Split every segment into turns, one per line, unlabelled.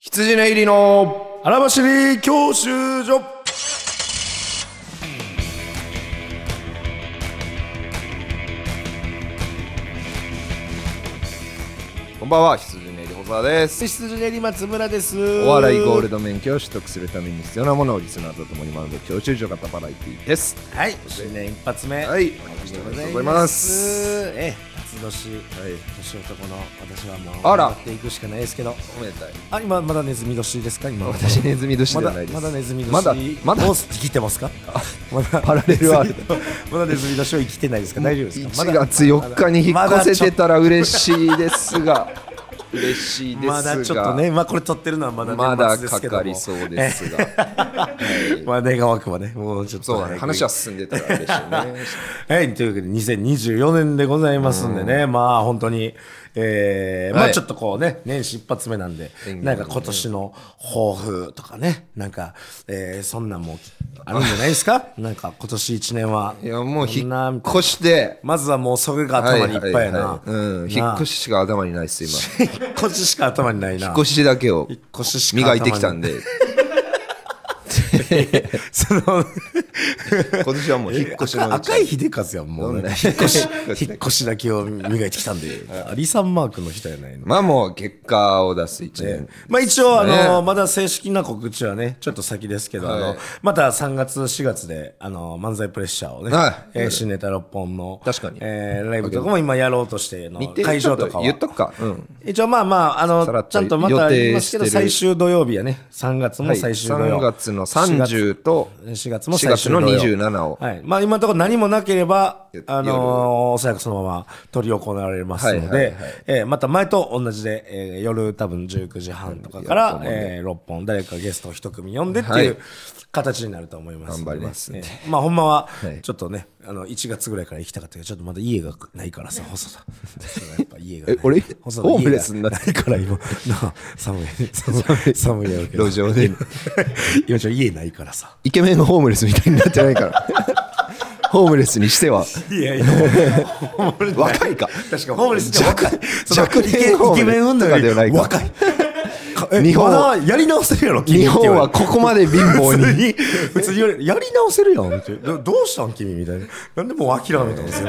羊ね入りの
荒走り教習所
こんばんは羊ね入り細田です
羊練馬津村です
お笑いゴール
ド
ド免許を取得するために必要なものをリスナーと共に学ぶ教習所型バラエティです
はい新年一発目
はい
おめでとうご
おめでとうござ
ざ
い
い
ま
ますすええ辰年、
い
年男の私はもう
あら
頑張っていくしかないですけど
おめでたい
あ今まだネズミ年ですか今
私ネズミ年
ま
では
だ
ないです
まだネズミ年
まだまだ
を生きてますかまだ
パラレルワール
ド まだネズミ年を生きてないですか大丈夫ですか
1月4日に引っ越せてたら嬉しいです が嬉しいですが
まだちょっとね、まあ、これ撮ってるのはまだ年
まだ
末です
か
けども
かりそうですがはい
まあ、願わく はね、もうちょっと、
そうだね話は進んでたら嬉しいね
はい、というわけで2024年でございますんでね、まあ本当に、えーま
は
あ
い
ちょっとこうね、年始一発目なんで、
縁起
なんか今年の抱負とかね、なんか、えーそんなんもあるんじゃないです かなんか今年一年は。
いやもう
こん
引
な
っ越して
まずはもうそれが頭にいっぱいやな。
うん、引
なあ
っ 越ししか頭にないです今
引っ越ししか頭にないな。
引っ越しだけを
引っ越ししか頭
磨
に
いてきたん。で
その、
今年はもう引っ越しの
赤
うち
赤い秀和やんもう、ね、引っ越し引っ越しだけを磨いてきた んでアリさんマークの人やないの、
まあもう結果を出す1年、
まあ一応、あ
ね
の、まだ正式な告知はね、ちょっと先ですけど、あ
は
の
い、
また3月、4月で、あの、漫才プレッシャーをね
はい、
えー新ネタ6本の、
確かに
えーライブとかも今やろうとしての
日程、
会
ちょ
場
っ
とかは
言っとくか、うん、
一応まあまあ、あ
さら
の、
っと
ちゃんとまた言いますけど、
予定してる
最終土曜日やね、3月も
はい
最終土曜
3月の
4
30と
4月も最終土曜
4月の27を
はい。まあ今のところ何もなければ
夜、
あのーおそらくそのまま取り行われますので、
はいはいは
えーまた前と同じで、えー夜多分19時半とかか
やる
ら、
と思うんで
えー6本、誰かゲストを一組呼んでって
はい
いう形になると思いますので、
頑張りますんで
えーまあほんまは
はい、
ちょっとね、あの、1月ぐらいから行きたかったけど、ちょっとまだ家がないから さ、細田。そうやっぱ家がない
え俺
細田家が
ホームレスになって
ないから 今、なあ 寒い、寒い、寒いやろうけど
路。上で
今ちょ、家ないからさ。
イケメンホームレスみたいになってないから ホームレスにしてはい
やいや、
若いか
確かホームレスって若い。
若
イケイケメン運動よ
若いではない
り
か
若い。え
日本
まだやり直せるやろ、君
日本は
って
ここまで貧
言わ
乏
れ
に
て普通に、普通に言われるやり直せるやんって。どどうしたん君みたいな。なんでもう諦めたの全部。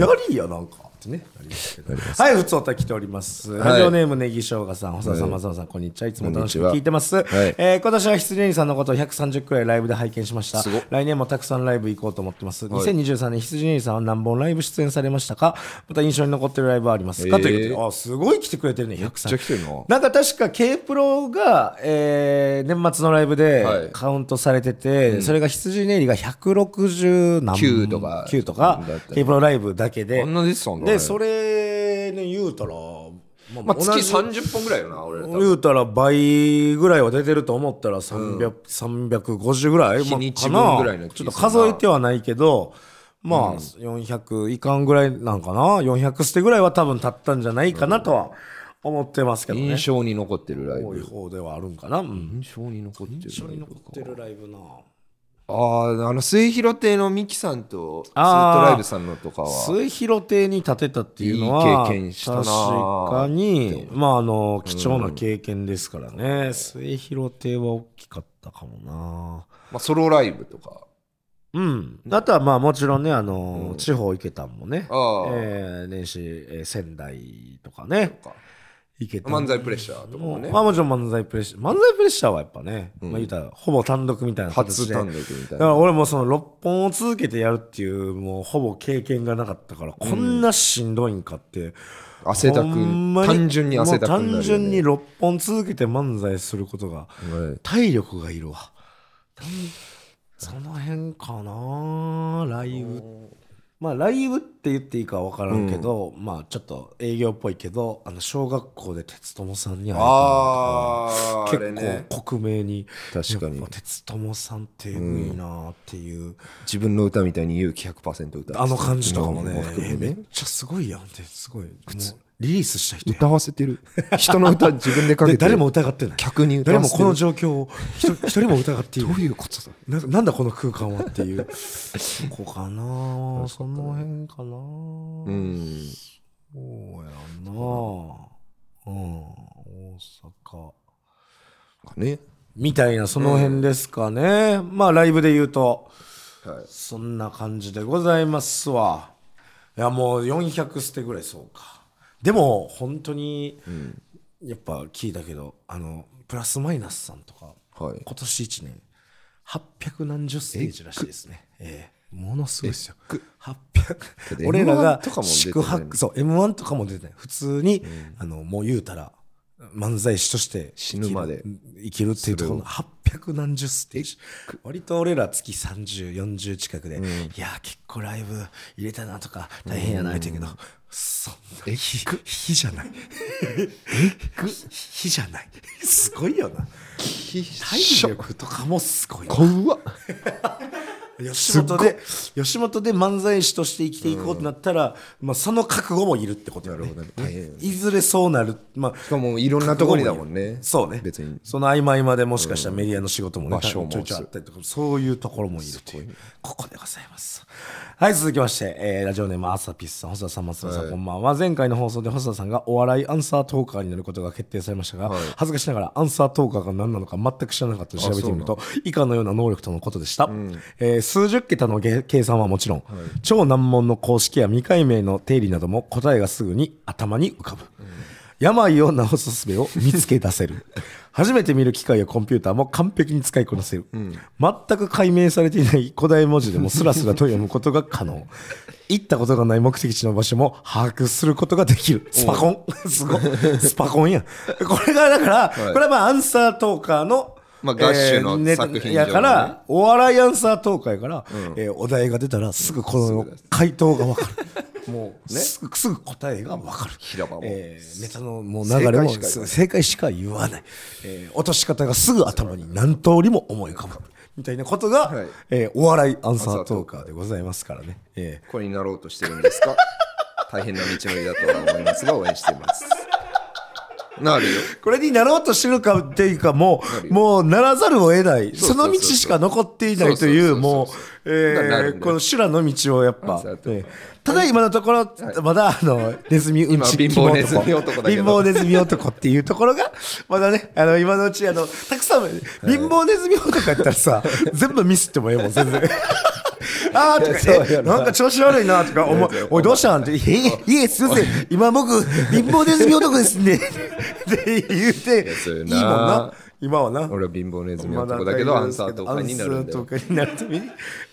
やりや、なんか。ってね。なりますけどはい、普通おた来ております。
い
ラジオネーム、ネギショウガさん、細田さ
は
ん、
い
松尾さん、こんにちは。いつも
こん
楽
にち
し
は
く聞いてます。
はい
えー今年は羊兄さんのことを130くらいライブで拝見しました
すごっ。
来年もたくさんライブ行こうと思ってます。2023年、羊兄さんは何本ライブ出演されましたかまた印象に残ってるライブはありますか、
えー
ということで、あ、すごい来てくれてるね、130。
めっちゃ来てるなん
か確か K プロが、えー年末のライブ
はい
でカウントされてて、それが羊ネイリが160何
九とか
9とか
だったね
K プロライブだけで
あんな出てたんだね
でそれね言うたら、まあ
まあ、月
同じ
30本ぐらいよな俺ら多分
言うたら倍ぐらいは出てると思ったら300、350ぐらい
日にち
まあか
分ぐらいの
ちょっと数えてはないけど、まあ、400いかんぐらいなんかな400捨てぐらいは多分経ったんじゃないかなとは思ってますけどね
印象に残ってるライ
多
ブ
い方ではあるんかな、うん、
印象に残ってる印象に残
ってるライブな
あああの末広亭のミキさんとスート
あー
ライブさんのとかは
末広亭に立てたっていうのはい
い経験したな
確かにまああの貴重な経験ですからね、末広亭は大きかったかもな
まあ、ソロライブとか
うん、あとはまあもちろんね、あのー地方行けたんもね、え
ああ
ー年始、えー仙台とかね、
とか
行けた
漫才プレッシャーとか
も
も
う
ね
まあもちろん漫才プレッシャー、漫才プレッシャーはやっぱね、まあ言うたらほぼ単独みたいな形
初
で、
単独みた
だ
い
か
な
ら俺もその6本を続けてやるっていう、もうほぼ経験がなかったから、こんなしんどいんかって、
汗だく
ほんまに
単純に汗だくになるよね
もう単純に6本続けて漫才することが、
はい
体力がいるわその辺かなライブまあライブって言っていいか分からんけど、まあちょっと営業っぽいけどあの小学校で鉄友さんに会えたの
あーあ
とか
れ
結
ね
構克明に
確かに
やっぱ鉄友さんっていいなっていう、
自分の歌みたいに勇気100%歌う
あの感じとかもね
も含め
え
ね
めっちゃすごいやんってすごいもうリリースした人や
歌わせてる人の歌自分でかけ
で
て
誰も疑ってない
客に歌
誰
わ
も
せて
こ
る
の状況を 一人一人も疑ってい
ど
ないう
いうことだ
ななんだこの空間はっていうここかなその辺かなう
うん
そうやなうん大阪
ね
みたいなその辺ですかね、まあライブで言うと、
はい
そんな感じでございますわいやもう400捨てぐらいそうかでも本当に、やっぱ聞いたけどあのプラスマイナスさんとか、
はい
今年1年800何十ステージらしいですねええものすごいですよ
だ
800俺ら
M1
が
とかも出てない
宿泊そう M1 とかも出てない普通に、あのもう言うたら漫才師として
死ぬまで
生きるっていうところの800何十ステージ割と俺ら月3040近くで、いやー結構ライブ入れたなとか大変やないとけど、そんな日日じゃない日じゃないすごいよな体力とかもすごいな
怖っ
吉本で吉本で漫才師として生きていこうとなったら、まあ、その覚悟もいるってことよね
大変
いずれそうなる、まあ、
しかもいろんなところにだもんね
そうね。
別に
その合間合間でもしかしたらメディアの仕事もね、
場所も
ちょいちょいあったりとか、そういうところもいるという。ここでございます。はい、続きまして、えーラジオネームアーサーピースさん、細田さん、松田さん、こんばんは。前回の放送で細田さんがお笑いアンサートーカーになることが決定されましたが、恥ずかしながらアンサートーカーが何なのか全く知らなかったので調べてみると、以下のような能力とのことでした。えー数十桁のげ計算はもちろん、超難問の公式や未解明の定理なども答えがすぐに頭に浮かぶ。病を治す術を見つけ出せ る初めて見る機械やコンピューターも完璧に使いこなせる、全く解明されていない古代文字でもスラスラと読むことが可能行ったことがない目的地の場所も把握することができるスパコン すごいスパコンやんこれがだから、
い
これはまあアンサートーカーの
まあガッシュの
ネタ
作品上の
や
ね
から、お笑いアンサー東海から、えーお題が出たらすぐこの回答が分か る。もう、すぐすぐ答えが分かる。
平場も
えーネタのもう流れも
正解しか言わない
正解しか言わない。えー落とし方がすぐ頭に何通りも思い浮かぶ。みたいなことが、
はい
えーお笑いアンサートーカーでございますからね。え
これになろうとしてるんです か大変な道のりだとは思いますが応援していますなるよ
ーこれになろうとしてるかっていうかも
る
う、もうならざるを得ない、
そう
そ
そ
う
そう
の道しか残っていないとい、
そううそう
も
そう
う、
な
え
るん
ー
だ
この修羅の道をやっぱ
そうだ、と
えーただ今のところ、まだあの、ネズミうんち
今貧乏ネズミ男だけ
貧
ど
乏ネズミ男っていうところが、 まだね、あの、今のうち、あの、たくさん、貧乏ネズミ男やったらさ、全部ミスってもええもん、全然。あーとか、えなんか調子悪いなとか思う、おい、どうしたんって、いえいえ、いえ、すいません、今僕、貧乏ネズミ男ですね。って言うて、
そう
いいもん
よな
な、今はな。
俺は貧乏ネズミ男だけどアンサーとかになるん
ア
だ
ン
よ
サートーカーになるために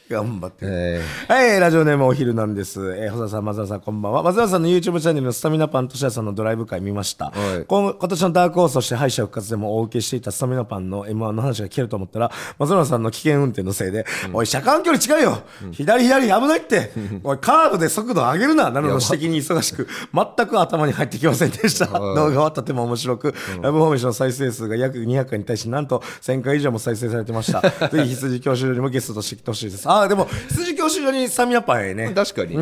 頑張ってる
え
はい、ラジオネームお昼なんです。えー、細田さん、松田さん、こんばんは。松田さんの YouTube チャンネルのスタミナパンとしやさんのドライブ会見ました。
はい
今今年のダークホースとして敗者復活でもお受けしていたスタミナパンの M1 の話が聞けると思ったら、松田さんの危険運転のせいで、おい、車間距離近いよ、左左危ないっておい、カーブで速度上げるななどの指摘に忙しく、全く頭に入ってきませんでした。動画はとても面白く、ラブホームション再生数が約200回に対し、なんと1000回以上も再生されてました。ぜひ羊教習所にもゲストとして来てほしいです。ああ、でも、羊教習所にスタミナパンええね。
確かに、
い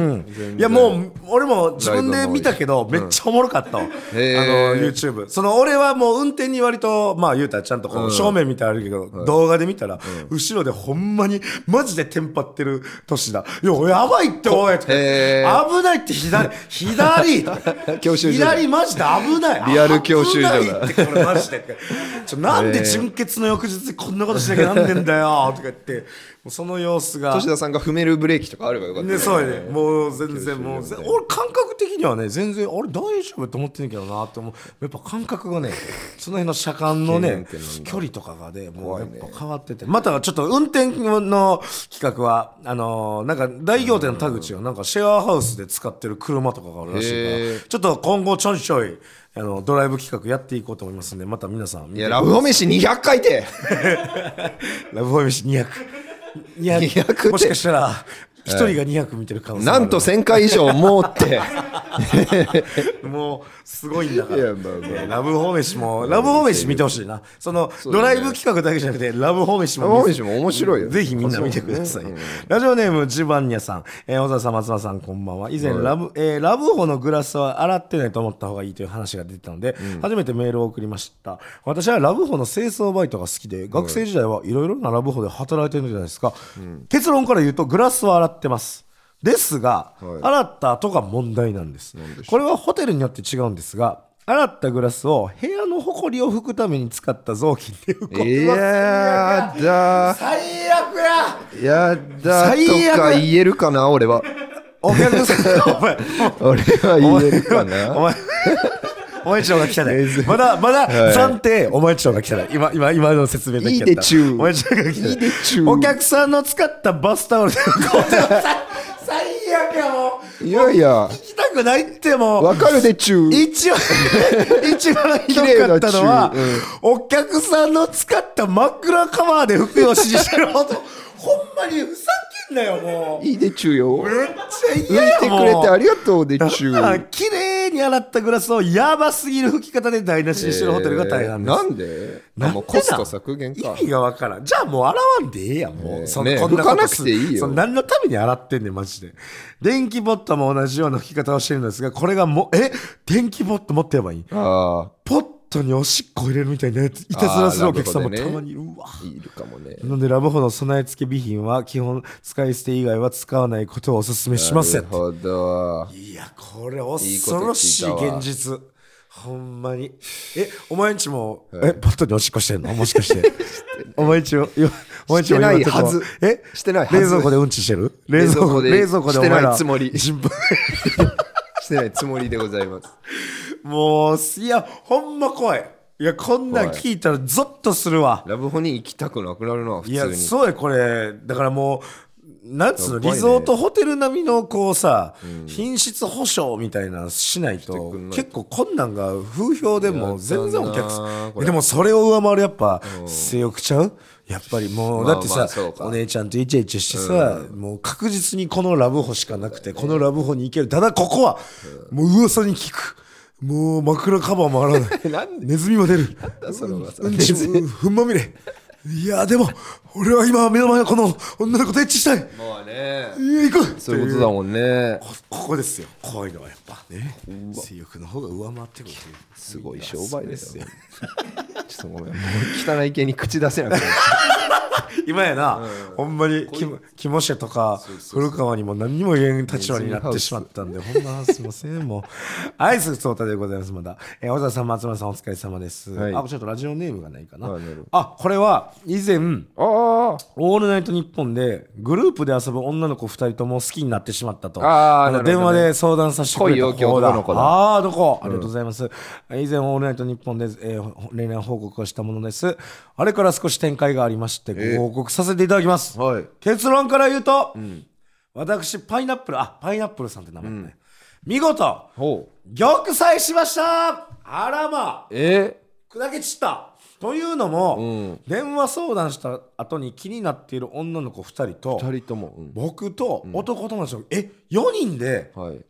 やもう俺も自分で見たけどめっちゃおもろかった、あの
へー
YouTube その俺はもう運転に割とまあ言うたらちゃんとこう正面見たらあるけど、動画で見たら、後ろでほんまにマジでテンパってる年だいややばいっておいとか
へ
危ないって左左
教習所だ
左マジで危ない
リアル教習所だ
危ないってこれマジでちょなんで純潔の翌日にこんなことしなきゃなんねんだよとか言ってもうその様子が
年田さんが踏めるブレーキとかあればよかった
ね、そうやね。もう全然もう、ぜ俺感覚的にはね、全然、あれ大丈夫と思ってんけどなと思う。やっぱ感覚がね、その辺の車間のね、距離とかがね、もうやっぱ変わってて。またちょっと運転の企画は、あのーなんか大行店の田口をなんかシェアハウスで使ってる車とかがあるらしいか
へ
ら、
ー
ちょっと今後ちょいちょい、あの、ドライブ企画やっていこうと思いますんで、また皆さん見
い
て
やラブホ飯200回って
ラブホイミシ200。200
200って
もしかしたら、一人が200見てる可能性もあ
な
る
んと1000回以上もう って
もうすごいんだから。
いやまあまあ
ねラブホーメシも、ラブホーメシ見てほしいな。そのドライブ企画だけじゃなくて、ラブホーメシも見
ラブホ
せ。
ーメシも面白いよ
ぜひみんな見てください。ラジオネーム、ジバンニャさん、えー小沢さん、松田さん、こんばんは。以前、ラブ、えーラブホのグラスは洗ってないと思った方がいいという話が出てたので、初めてメールを送りました。私はラブホの清掃バイトが好きで、学生時代はいろいろなラブホで働いてるんじゃないですか。結論から言うと、グラスは洗ってます。ですが、洗った後が問題なんですこれはホテルによって違うんですが洗ったグラスを部屋のほこりを拭くために使った雑巾で拭くこと
い
は
やだ
最悪や
やだ
最悪
とか言えるかな俺は
お客さんお前
俺は
お
言え
前
るかな
お前お前ちの方が汚い。まだ、まだ、暫定、お前ちの方が汚い。今、今、今の説明だけやった
いいでちゅう
お前ちの方が汚い。
いいでちゅう
お客さんの使ったバスタオルでこう最悪やもう。
いやいや
聞きたくないってもう。
わかるでちゅう
一番一番ひどかったのは、
綺麗
お客さんの使った枕カバーで服用指示してることほんまにふざけんなよもう
いいでちゅうよ
めっちゃ
抜
嫌
い
や
て
も
く
う
れてありがとうでちゅう
だから綺麗に洗ったグラスをやばすぎる拭き方で台無しにしてるホテルが大
えー
半です、
な
な
んであ
んでな
もうコスト削減か
意味がわからんじゃあもう洗わんでええやんもう、
えー
そ
ねえ
こんなこと
拭かなくていいよ
その何のために洗ってんねんマジで電気ボットも同じような拭き方をしてるんですがこれがもうえ電気ボット持ってればいい
あ
ポットにおしっこ入れるみたいなやついたずらするお客さんも
あー
た
ラブホでね
まにいるわ
あいるかもね
なのでラブホの備え付け備品は基本使い捨て以外は使わないことをお勧めしません
なるほど
いやこれ恐ろしい現実ほんまにえお前んちも、えポットにおしっこしてんのもしかしてお前んちもよお前んちも今
してないはず
ちょっとえ
してないはず
冷蔵庫でうんちしてる冷蔵庫で冷
冷
蔵
蔵
庫
庫
で
で
お前
してな
ら
いつもり
人分
してないつもりでございます
もういやほんま怖いいやこんなん聞いたらゾッとするわ
ラブホに行きたくなくなるのは普
い
通
や
に
そうやこれだからもうなんつうの、
やば
リ
いね
ゾートホテル並みのこうさ、品質保証みたいなのしない
して
と
くんない
結構困難が風評でも全然お客
やだ
さ
なんこ
え
れ
でもそれを上回るやっぱ性欲ちゃうやっぱりもう
まあ
だって
ま
さ
あそうか
お姉ちゃんとイチャイチャしてさもう確実にこのラブホしかなくてこのラブホに行けるただここはもう噂に聞くもう枕カバーも洗わ ない
なん
ネズミも出る
その噂
うんち ふふんまみれいやでも俺は今目の前のこの女の子とエッチしたいいや
まあね
行く
そういうことだもんね
こここですよ怖いのはやっぱね性欲の方が上回ってくるという
すごい商売ですよちょっとごめんもう汚い系に口出せなくなっちゃった
今やな、ほんまにきキモシェとか古川にも何にも言えん立場になってしまったんでほんますいませんもうアイスソータでございますまだ、えー小田さん松村さんお疲れ様です、
はい
あちょっとラジオネームがないかな
あなるほど
あこれは以前
あ
「オールナイトニッポン」でグループで遊ぶ女の子2人とも好きになってしまったと
あ
の
ーなる
電
ほど
話
ね
で相談させてくれた
来いよ今日男の子だ
ああどこありがとうございます、以前「オールナイトニッポンで」えー恋愛報告をしたものですあれから少し展開がありましてご報告させていただきます、
あはい
結論から言うと、私パイナップルあパイナップルさんって名前だね、見事
ほう
玉砕しましたあらま
え
砕け散ったというのも、
うん
電話相談した後に気になっている女の子2人と
二人ともうん
僕と男友達の、え4人で
はい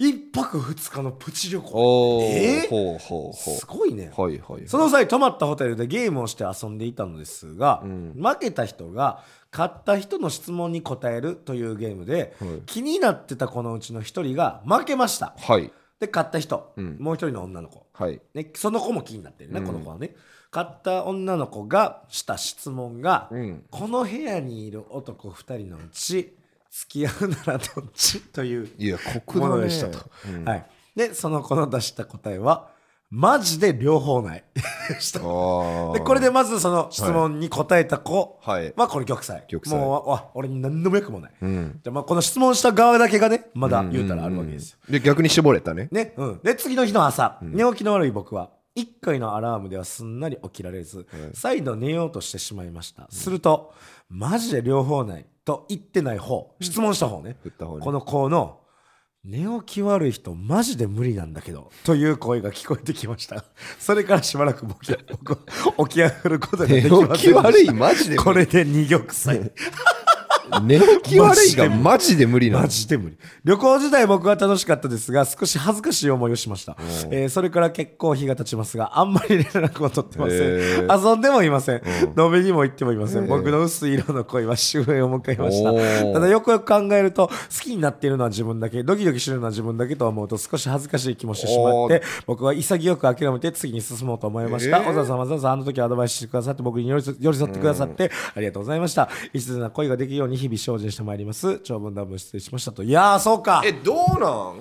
1泊2日のプチ旅行
おお
えー
ほうほうほ
すごいね、
うはいはい
その際泊まったホテルでゲームをして遊んでいたのですが、
ん
負けた人が勝った人の質問に答えるというゲームで、
はい
気になってた子のうちの1人が負けました
はい
で勝った人、
うん
もう1人の女の子
はい
ね、その子も気になってるね、この子はね買った女の子がした質問が、
うん
この部屋にいる男2人のうち付き合うならどっちという
いや国
も
道
の
で
で
し
したた
と
と、 はい、でその子の出した答えはマジで両方ないでした
あ
でこれでまずその質問に答えた子は、
はい
これ玉砕
玉砕
もうわ俺に何の脈もない、
ん
じゃあまあこの質問した側だけがねまだ言うたらあるわけですよ、
で逆に絞れたね
ね、うん、で次の日の朝、寝起きの悪い僕は1回のアラームではすんなり起きられず、再度寝ようとしてしまいました、すると「マジで両方ない」と言ってない方質問した方ね、
振った方ね
この子の「寝起き悪い人マジで無理なんだけど」という声が聞こえてきました それからしばらく僕は僕は起き上がることが できませんで
寝
し
起
た
き悪いマジで無理
これで二玉砕
寝起き悪いがマジで無理な
マ
の
ジで無理旅行自体僕は楽しかったですが少し恥ずかしい思いをしました、えーそれから結構日が経ちますがあんまり連絡を取ってません、
へ
遊んでもいません、飲みにも行ってもいません、僕の薄い色の恋は終焉を迎えまし
おー
たただよくよく考えると好きになっているのは自分だけドキドキしているのは自分だけと思うと少し恥ずかしい気もしてしまって僕は潔く諦めて次に進もうと思いました、
えー
小沢さんわざわざあの時アドバイスしてくださって僕に寄り添寄り添ってくださって、ありがとうございました一途な恋ができるように日々精進してまいります長文談文失礼しましたといやーそうか
どうなん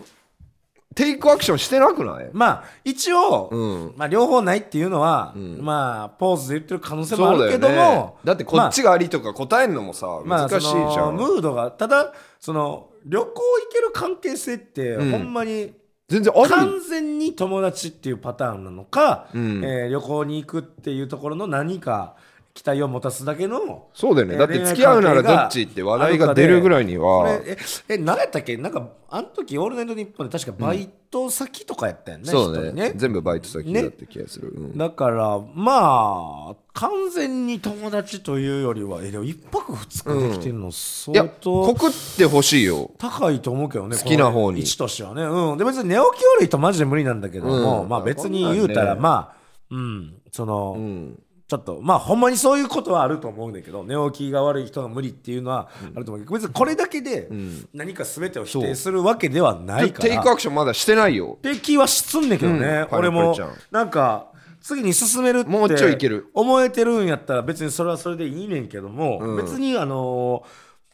テイクアクションしてなくない
まあ一応、
うん
まあ、両方ないっていうのは、
ん
まあポーズで言ってる可能性もあ
そうだ
る
よ
けども
ねだってこっち
が
がありとか答えんのもさ難しいじゃん、
ムードがただその旅行行ける関係性って、
うん
ほんまに
全然ある
完全に友達っていうパターンなのか、
うん
えー旅行に行くっていうところの何か期待を持たすだけの
そうだよね
えー
だって付き合うならどっちって話題が出るぐらいに
こ
は
れええ何やったっけなんかあの時「オールナイトニッポン」で確かバイト先とかやったよね、
そう
一
ね
人
全部バイト先だって気がする、うん
だからまあ完全に友達というよりはえでも1泊2日できてるの
いや
相当
告ってほしいよ
高いと思うけどね
好きな方
位
に
置としてはねうんで別に寝起き悪いとマジで無理なんだけども、
うん
まあ別に言うたら
こんなんね
まあうんその、
うん
ちょっとまあほんまにそういうことはあると思うんだけど寝起きが悪い人が無理っていうのはあると思うけど、別にこれだけで
ん
何か全てを否定するわけではないから、
テイクアクションまだしてないよ
って気はすんねんけどね、
うん
俺
パリパリ
も
ちゃん
なんか次に進めるって
もうちょいいける
思えてるんやったら別にそれはそれでいいねんけども、
うん
別にあのー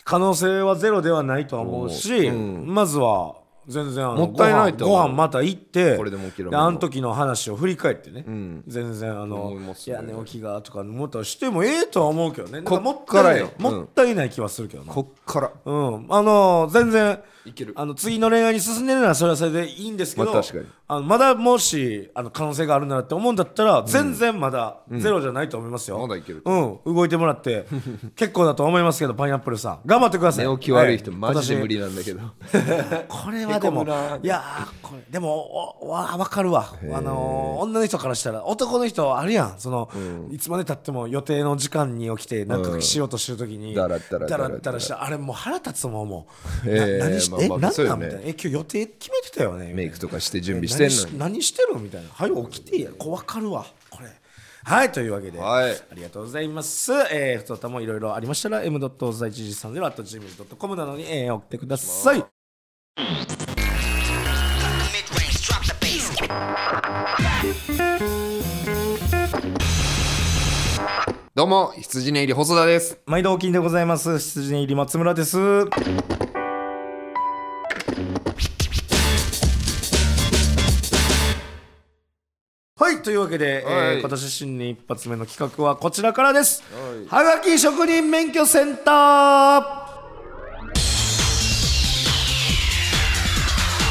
可能性はゼロではないとは思うし、
うん
まずは全然あの
もったいないと
ご
思う
飯ご飯また行って
これでもう諦める
であの時の話を振り返ってね、
ん
全然あの
思いま
い
すね
や寝起きがとか思ったらしてもええとは思うけどねなんもっ
こっ
た
から
いない
ようん
もったいない気はするけどな、
こっから
うん、あの全然
いける
あの次の恋愛に進んでるならそれはそれでいいんですけど、
まあ確かに
あのまだもしあの可能性があるならって思うんだったら全然まだゼロじゃないと思いますよ、
まだいける
うん動いてもらって結構だと思いますけどパイナップルさん頑張ってください
寝起き悪い人
はい
マジで
今年
無理なんだけど
これはでも
へこむない
やーこれでもおわ分かるわあのー女の人からしたら男の人あるやんその、いつまでたっても予定の時間に起きてなんかしようとしてる時に、
うんだらったら
だら
だら
っ
ったた
ら
ら
してあれもう腹立つと思うもん、
えー
な何して、
まあ
え
まあ
なん
そうよ
なんみ
ね
たいなえ今日予定決めてたよねみたいな
メイクとかして準備してんのに
何何してるみたいな早く起きてやこう分かるわこれはいというわけで、
はい
ありがとうございます。えー、ふつおたもいろいろありましたら、m. おざいじじさんでは、あと gmail.com なのに、えー、送ってください。
どうも羊ね入り細田です
毎度お金でございます。羊入り松村です。はい、というわけで、
は
えー
い
今年新年一発目の企画はこちらからです。
はい
はがき職人免許センター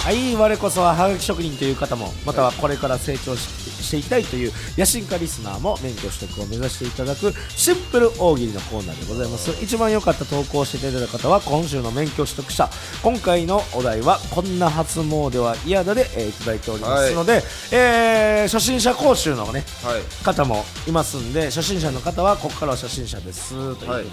はい我こそはハガキ職人という方もまたはこれから成長ししていきたいという野心家リスナーも免許取得を目指していただくシンプル大喜利のコーナーでございます一番良かった投稿をしていただいた方は今週の免許取得者今回のお題は「こんな初詣は嫌だ」で、えーいただいておりますので、えー初心者講習のね
はい
方もいますんで初心者の方はここからは初心者ですというふうに伝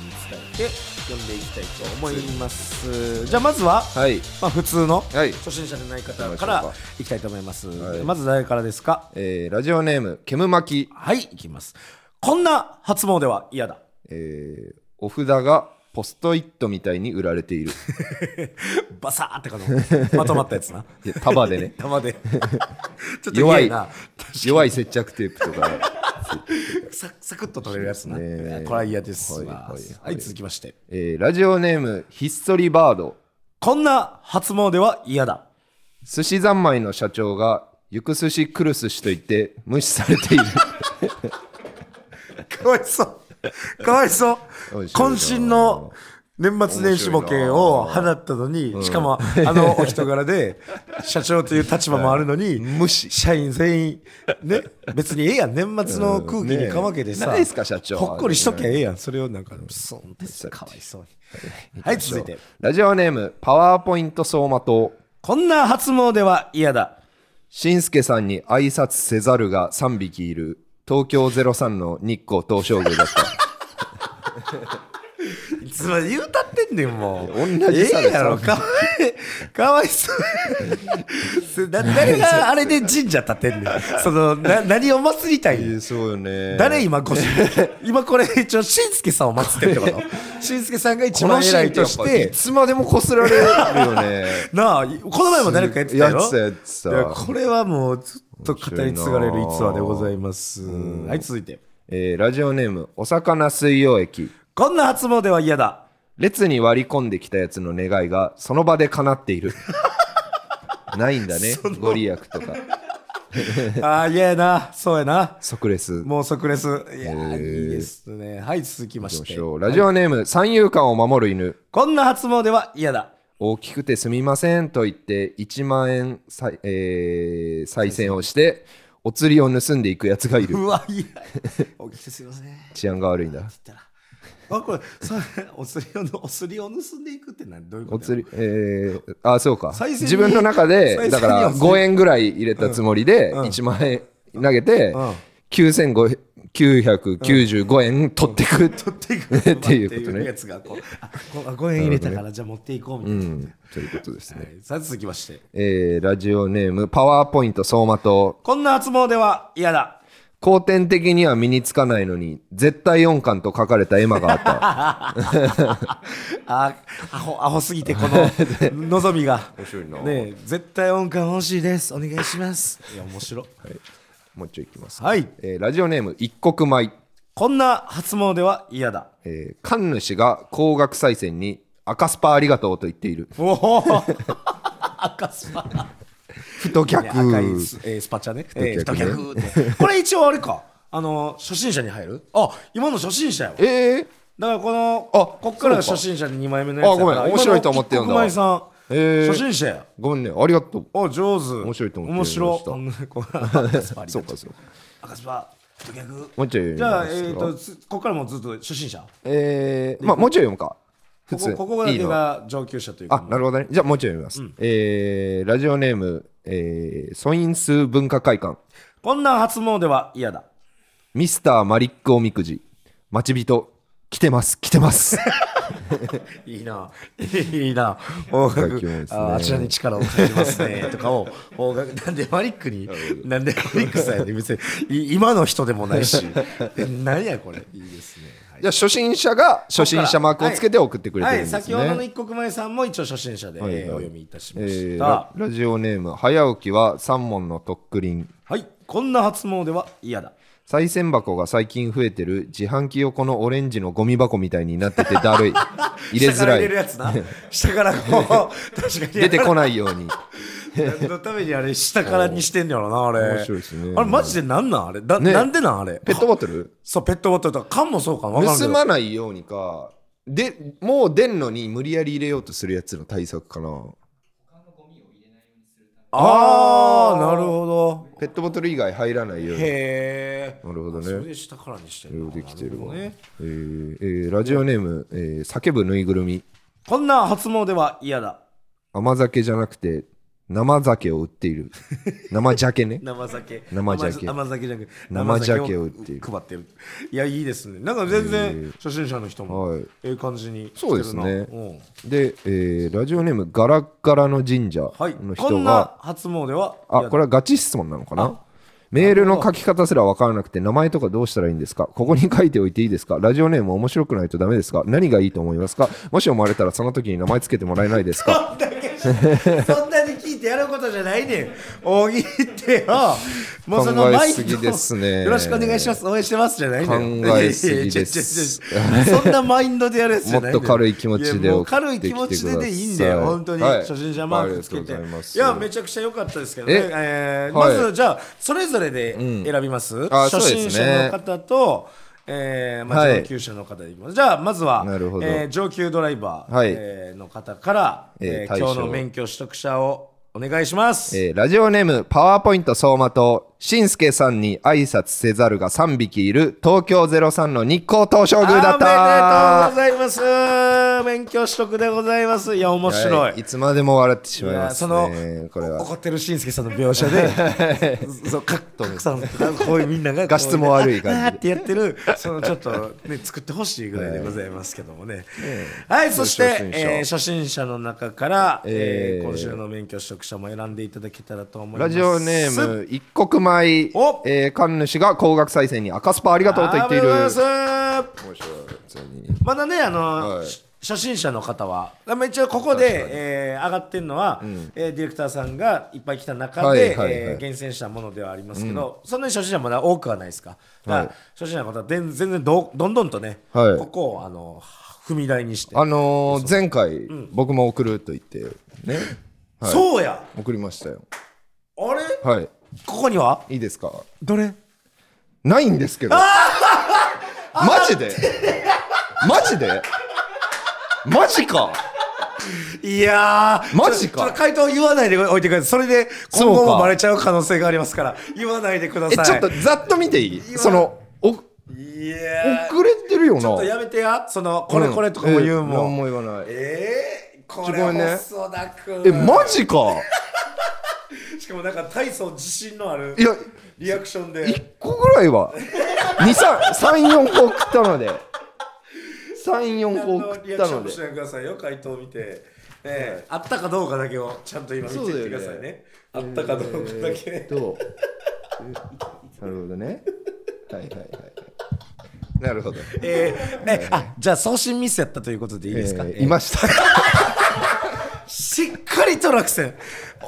えて読んでいきたいと思います、じゃあまずは、
はい
まあ、普通の
はい
初心者でない方
行
か
きましょう
ら
か
いきたいと思います、
はい
まず誰からですか
えーラジオネーム煙巻
はいいきますこんな初詣は嫌だ
えーお札がポストイットみたいに売られている
バサーってか のまとまったやつない
や束で ね
玉 でちょっと
弱
嫌
い
いな
弱い接着テープとか
ササクッと取れるやつな、
そうですね
これは嫌です
はい
わは
はいい
続きまして
えーラジオネームひっそりバード
こんな初詣は嫌だ
寿司三昧の社長が行く寿司来る寿司と言って無視されてい る
かわいそう。かわいそう
面。白いな
渾身の年末年始ボケを放ったのに、しかも、あのお人柄で、社長という立場もあるのに、
無視
社員全員、ね、別にええやん、年末の空気にかまけて
うん
さ、
ねえ何すか社長
ほっこりしときゃええやん、それをなんか、そんですかわいそうに。はい、続いて。
ラジオネームパワーポイント走馬灯
こんな初詣は嫌だ。
しんすけさんに挨拶せざるが3匹いる東京03の日光東照宮だった
いつまで言うたってんねんもう。
いや同じさ
ええやろ、かわい、かわいそう。 そだ誰があれで神社建てんねん。その、な、何を祭りたいん
そうよね
誰今ご主 人今これ一応、しんすけさんを祀ってるってことしんすけさんが一番偉いとし
このシーンってやっぱい
て、
つまでもこすられるよね
なあ、この前も誰かやってたよ。
やってたやってた
いやこれはもうずっと語り継がれる逸話でございます。はい、続いて。
えーラジオネームお魚水溶液
こんな初詣は嫌だ。
列に割り込んできたやつの願いがその場で叶っているないんだねご利益とか
ああ、いやな、そうやな。
即レス
もう即レス。いやー、
へー
いいですね。はい、続きま
ど
し。
うしてようラジオネーム、三遊間を守る犬
こんな初詣は嫌だ。
大きくてすみませんと言って1万円さい、えー再選をしてお釣りを盗んでいくやつ がいる
うわ、いや。おきてすいません。って
治安が悪いんだ
言ったら。あ、これ、さお釣りを、お釣りを盗んでいくって何どういうこ
お
とや
釣りえー、あそうか
再生に
自分の中
再生
で
に
だから
お釣り
5円ぐらい入れたつもりで1万円投げて
うん
9995円取ってく
取っていく
っていうことね
やつがこうあこあ、5円入れたから、じゃあ持っていこうみたいな。
うんということですね
はいさあ、続きまして。
えーラジオネームパワーポイント走馬灯
こんな初詣は嫌だ。
後天的には身につかないのに絶対音感と書かれた絵馬があった
あアホアホすぎてこ の望みが
面白いな
ねえ絶対音感欲しいですお願いしますいや面白
もう一丁いきます、
はい
えーラジオネーム一国米、
こんな初詣は嫌だ
えー神主が高額再選に赤スパありがとうと言っている
おお 赤スパ
ふと
ね
逆、
赤 いス,、えースパチャねえー太
太
客,、
客
ねこれ一応あれかあの初心者に入るあ今の初心者やわだか
えー、
らこの
あ
こっからが
そう
初
か
心者に2枚目のやつやから
あごめん面白いと思って読んだわ
今の一国前さん、
へー
初心者や
ごめんねありがとう
お上手
面白いと思って
面白
読み
こんなこんな赤スパあり
そ
が
う
と
かそうか
赤スパ太客
もうちょい
じゃあ、え
読み
ー、
ますか
とつここからもずっと初心者
えー、まあもうちょい読むか普
こ
通
こここだ
いい
け
の
が上級者というか
あなるほどねじゃあもうちょい読みます、えーラジオネーム、えー、ソインス文化会館
こんな初詣は嫌だ
ミスターマリックおみくじ待ち人来てます来てます
いいないいな方角
楽器もですね
ああちらに力を感じますねとかを方角なんでマリック になんでマリックさんやね別にい今の人でもないしえ何やこれいいですね
じゃあ初心者が初心者マークをつけて送ってくれて
は
るん
い、
ですね、
先ほどの一刻前さんも一応初心者で、
はいはい
えーお読みいたしま
え
し
ー
た、
ララジオネーム早起きは三問のとっくりん
はいこんな初詣は嫌だ
賽銭箱が最近増えてる自販機横のオレンジのゴミ箱みたいになっててだ るい入れづ
下から入れる
い
やつ な下からこう確かに
出てこないよう に
何のためにあれ下からにしてんのやろなあれ
面白いですね
あれマジでなんなんあれだ、
ね
なんでなんあれ
ペットボトル
そうペットボトルとか缶もそうかな分からんけ
盗
ど
まないようにかでもう出んのに無理やり入れようとするやつの対策かな
ああなるほど
ペットボトル以外入らないように
へえ
なるほどね
それで下からにしてん
よ
の
うできて
な
る
ほど
わ、
ね
えーえーラジオネーム、えー叫ぶぬいぐるみ
こんな初詣は嫌だ
甘酒じゃなくて生酒を売っ ている生酒ね
生酒
生酒
甘酒じゃなくて
生酒を売っている
生酒を配ってるいやいいですねなんか全然初心者の人も
はい
ええ感じに来てるな
そうですね
ん
で、えーラジオネームガラッガラの神社
はい
の
こ
人
ん
が、
な初詣は嫌
あ
だ
これはガチ質問なのかなメールの書き方すら分からなくて名前とかどうしたらいいんですかここに書いておいていいですかラジオネーム面白くないとダメですか何がいいと思いますかもし思われたらその時に名前つけてもらえないですか
そんなに聞いてやることじゃないねん。大喜利ってよ。もうその
考
マ
え
イ
す
ク
ぎですね
よろしくお願いします。応援してますじゃないねん。
考えすぎです
いやいやいやいやちょちょちょそんなマインドでやるやつじゃないねん
もっと軽い気持ちで
いやもう
送
軽
っ
い
て
気
きてく
持
ださい
ちででいいんだよ。本当に
はい
初心者マークつけて。
ありがとうございます
いやめちゃくちゃ良かったですけどね
え。
えーま
はい
ずじゃあそれぞれで選びます。
あ
初心
そうです
者の
ね
方と。えーまあ、
はい
上級者の方でいきます、じゃあまずは、
なるほど
えー上級ドライバー、
はい
えーの方から、え
えー
ー
対象
今日の免許取得者をお願いします。
えーラジオネームパワーポイント相馬としんすけさんに挨拶せざるが3匹いる東京03の日光東照
あ
宮だった
おめでとうございます。免許取得でございます。いや、面白い。
はい、いつまでも笑ってしまい
いや
ます
その
ねこれは
怒ってるしんすけさんの描写でそうか格差のこういうみんなが
画質も悪い感じで
あってやってるそのちょっとね作ってほしいぐらいでございますけどもねはいそして
初心者
えー初心者の中からえ
え
ー
ー
今週の免許取得者も選んでいただけたらと思いま
ラ
す
ジオネーム一国米、
お
えー、神主が高額再生に赤スパありがとうと言っている
ありがとうございます
面白い普通に
まだね、あの、
はい
し初心者の方は、まあ、一応ここで、えー上がってるのは、えーディレクターさんがいっぱい来た中で、
はいはいはい
えー厳選したものではありますけど、そんなに初心者まだ多くはないですか。だから初心者の方は全全然どどんどんとね、
はい
ここをあの踏み台にして。
あのー前回僕も送ると言ってね
そうや
送りましたよ
あれ
はい
ここにはい
いですか
どれ
ないんですけど マジでマジでマジか
いやー
マジか
ちょちょっと回答言わないでおいてくださいそれで今後
そうか
もバレちゃう可能性がありますから言わないでくだ
え
さい
ちょっとざっと見ていいそのお遅
いやー
れてるよな
ちょっとやめてやそのこれこれとかも言うもん、
んええ何も言わない
ええこ
ちょごめんね
れ細田君
えマジか
しかもなんか大層自信のある
いや
リアクション
一
で
個ぐらいは234個送ったので34個送
リ
っ
アク
た
ショ
の
ン
で
しないでくださいよ回答を見て、ねえあったかどうかだけをちゃんと今見ていってくださいねあったかどうかだけ、
えーっとえなるほどねはいはいはいはいなるほど
えーね、あじゃあ送信ミスやったということでいいですか、
えーいました
しっかりと落選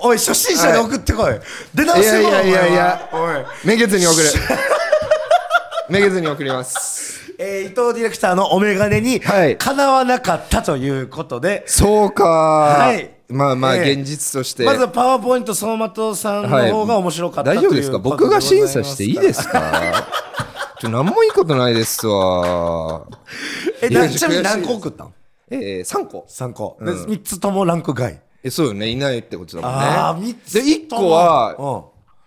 おい初心者に送ってこい、出直せよ
いやいやいやいや
お前はおい
めげずに送るめげずに送ります
えー伊藤ディレクターのお眼鏡に
はい
かなわなかったということで、
そうか、
い
まあまあ
ええ
現実として、
まずはパワーポイント相馬とさんの方が面白かった、
大丈夫ですか僕が審査していいです すかちょ何もいいことないですわ
え
いや
なちなみに何個送ったん
えー、3個
3個、で3つともランク外
えそうよねいないってことだもんね
あー三つと
で
も
1個は、
う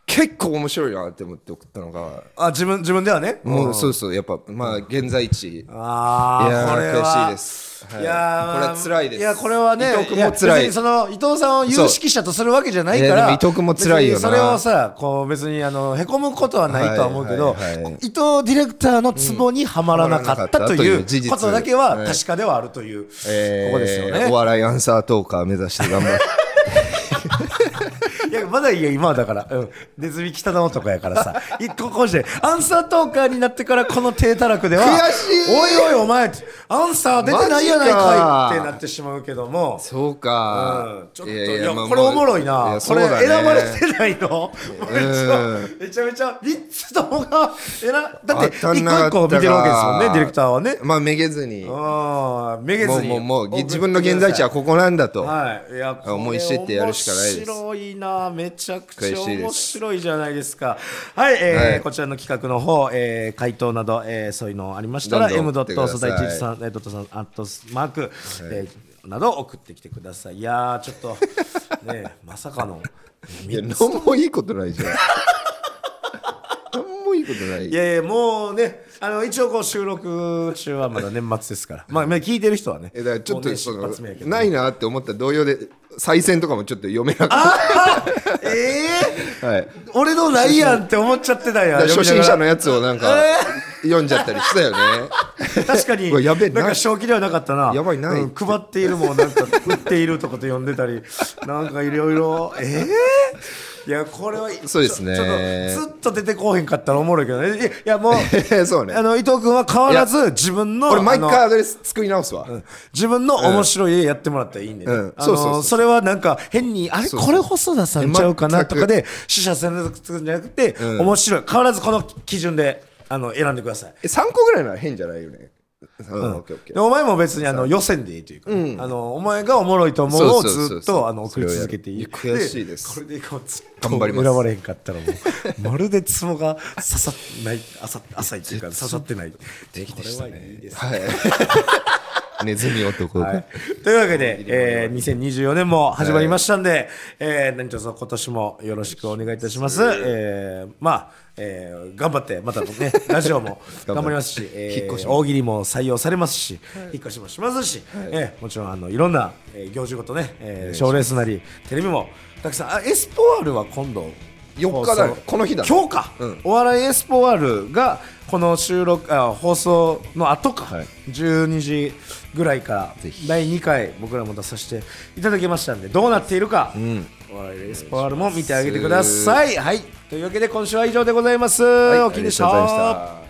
結構面白いなって思って送ったのが、
ん、あ自分自分ではね
もうそうそうやっぱまあ現在地、
ああ
いやー
これは
悔しいですはい
いやー
これは辛いです
いやこれはね
伊藤君も辛い
や別にその伊藤さんを有識者とするわけじゃないか
そういや
ら
でも伊藤君も辛い
別
よな
にそれをさこう別にあのへこむことはないとは思うけど、
はいはいはい
伊藤ディレクターのツボにはまらなかった
う
とい
んはまらなかったという
う
事実
ことだけは確かではあるという、
えー
ここですよね
お笑いアンサートーカー目指して 頑張って
いや、まだいいよ、今はだから。うん。ネズミ北の男やからさ。一個こうして、アンサートーカーになってからこの低たらくでは、
悔しい
おいおいお前、アンサー出てないやない
マ
か
ジ
い
か
ってなってしまうけども。
そう
う
か
ん、ちょっといやこれおもろいな、これ選ばれてないのめちゃめちゃめちゃめちゃ3つともが選だって
当たんなか
一
った
個一個
か
見てるわけですもんねディレクターはね
まあめげずにも
うんめげず
う
に
もうもう自分の現在地はここなんだと、
はい、いやこれ
思い知ってやるしかないです
面白いなめちゃくち
悔
ゃ
しいです
面白いじゃないですかはい、えー
はい
こちらの企画の方、えー、回答など、えー、そういうのありましたら
どん
m
ど
ド
ん送
ット素
ってください
材チさんえードットさんアットマーク、えーなど送ってきてくださいいやーちょっと ねまさかの
いや何もいいことないじゃん 何もいいことない
いやいやもうねあの一応こう収録中はまだ年末ですからまあまあ聞いてる人はね
えだからちょ
も
っ
う
と
ね
そ
出
の、
発目やけど
ないなって思った同様で再選とかもちょっと読めなかっ
え
た、はい、だ
ー、俺のないやんって思っちゃってたや
から
ん
初
読み
心
ながら
者のやつをなんか読んじゃったりし たよね
確かに
うわやべえ
なん
な
か
い
正気ではなかったな
やばいない
うん配っているもんなんか売っているとかと呼んでたり なんかいろいろええいやこれは
そうですね
ちょちょっとずっと出てこうへんかったらおもろいけどねいやいやもう
そうね
あの伊藤君は変わらず自分の
俺毎回
あの
アドレス作り直すわ、
自分の面白い絵やってもらったらいいんでね、
うん
あ
そうそうそ
の
う
それはなんか変にあれ
うそう
これ細田さんちゃうかな
全
と
く
かで取捨選択するんじゃなくて、
ん
面白い変わらずこの基準であの選んでください
え3個ぐらいなら変じゃないよねうん、オッケーオッケ
で
ー
お前も別にあの予選でいいというかね、あのお前がおもろいと思うを
そうそうそうそう
ずっとあの送り続けていい
それをやるいや悔しいです
これでこうずっと
頑張ります
選ばれへんかったらもうまるでツボが刺さってない浅浅いって いうか刺さってないできしたねこれはいいです
はいネズミ男が、
はい、というわけで、えー、2024年も始まりましたんで、えー何卒今年もよろしくお願いいたします。えーまあ、えー頑張って、ま たね、ラジオも頑張りますし、えー大喜利も採用されますし、引っ越しもしますし、えーもちろんあのいろんな、えー行事ごとね、えー、賞レースなり、テレビもたくさん、あエスポワールは今度、
4日だよ
放送
この日だね
今日か、お笑いエスポワールがこの収録あ放送の後か、
はい
12時ぐらいから第2回僕らも出させていただきましたんでどうなっているか、お笑いエスポワールも見てあげてくださいはいというわけで今週は以上でございます、お
は
きに
いありがとうございました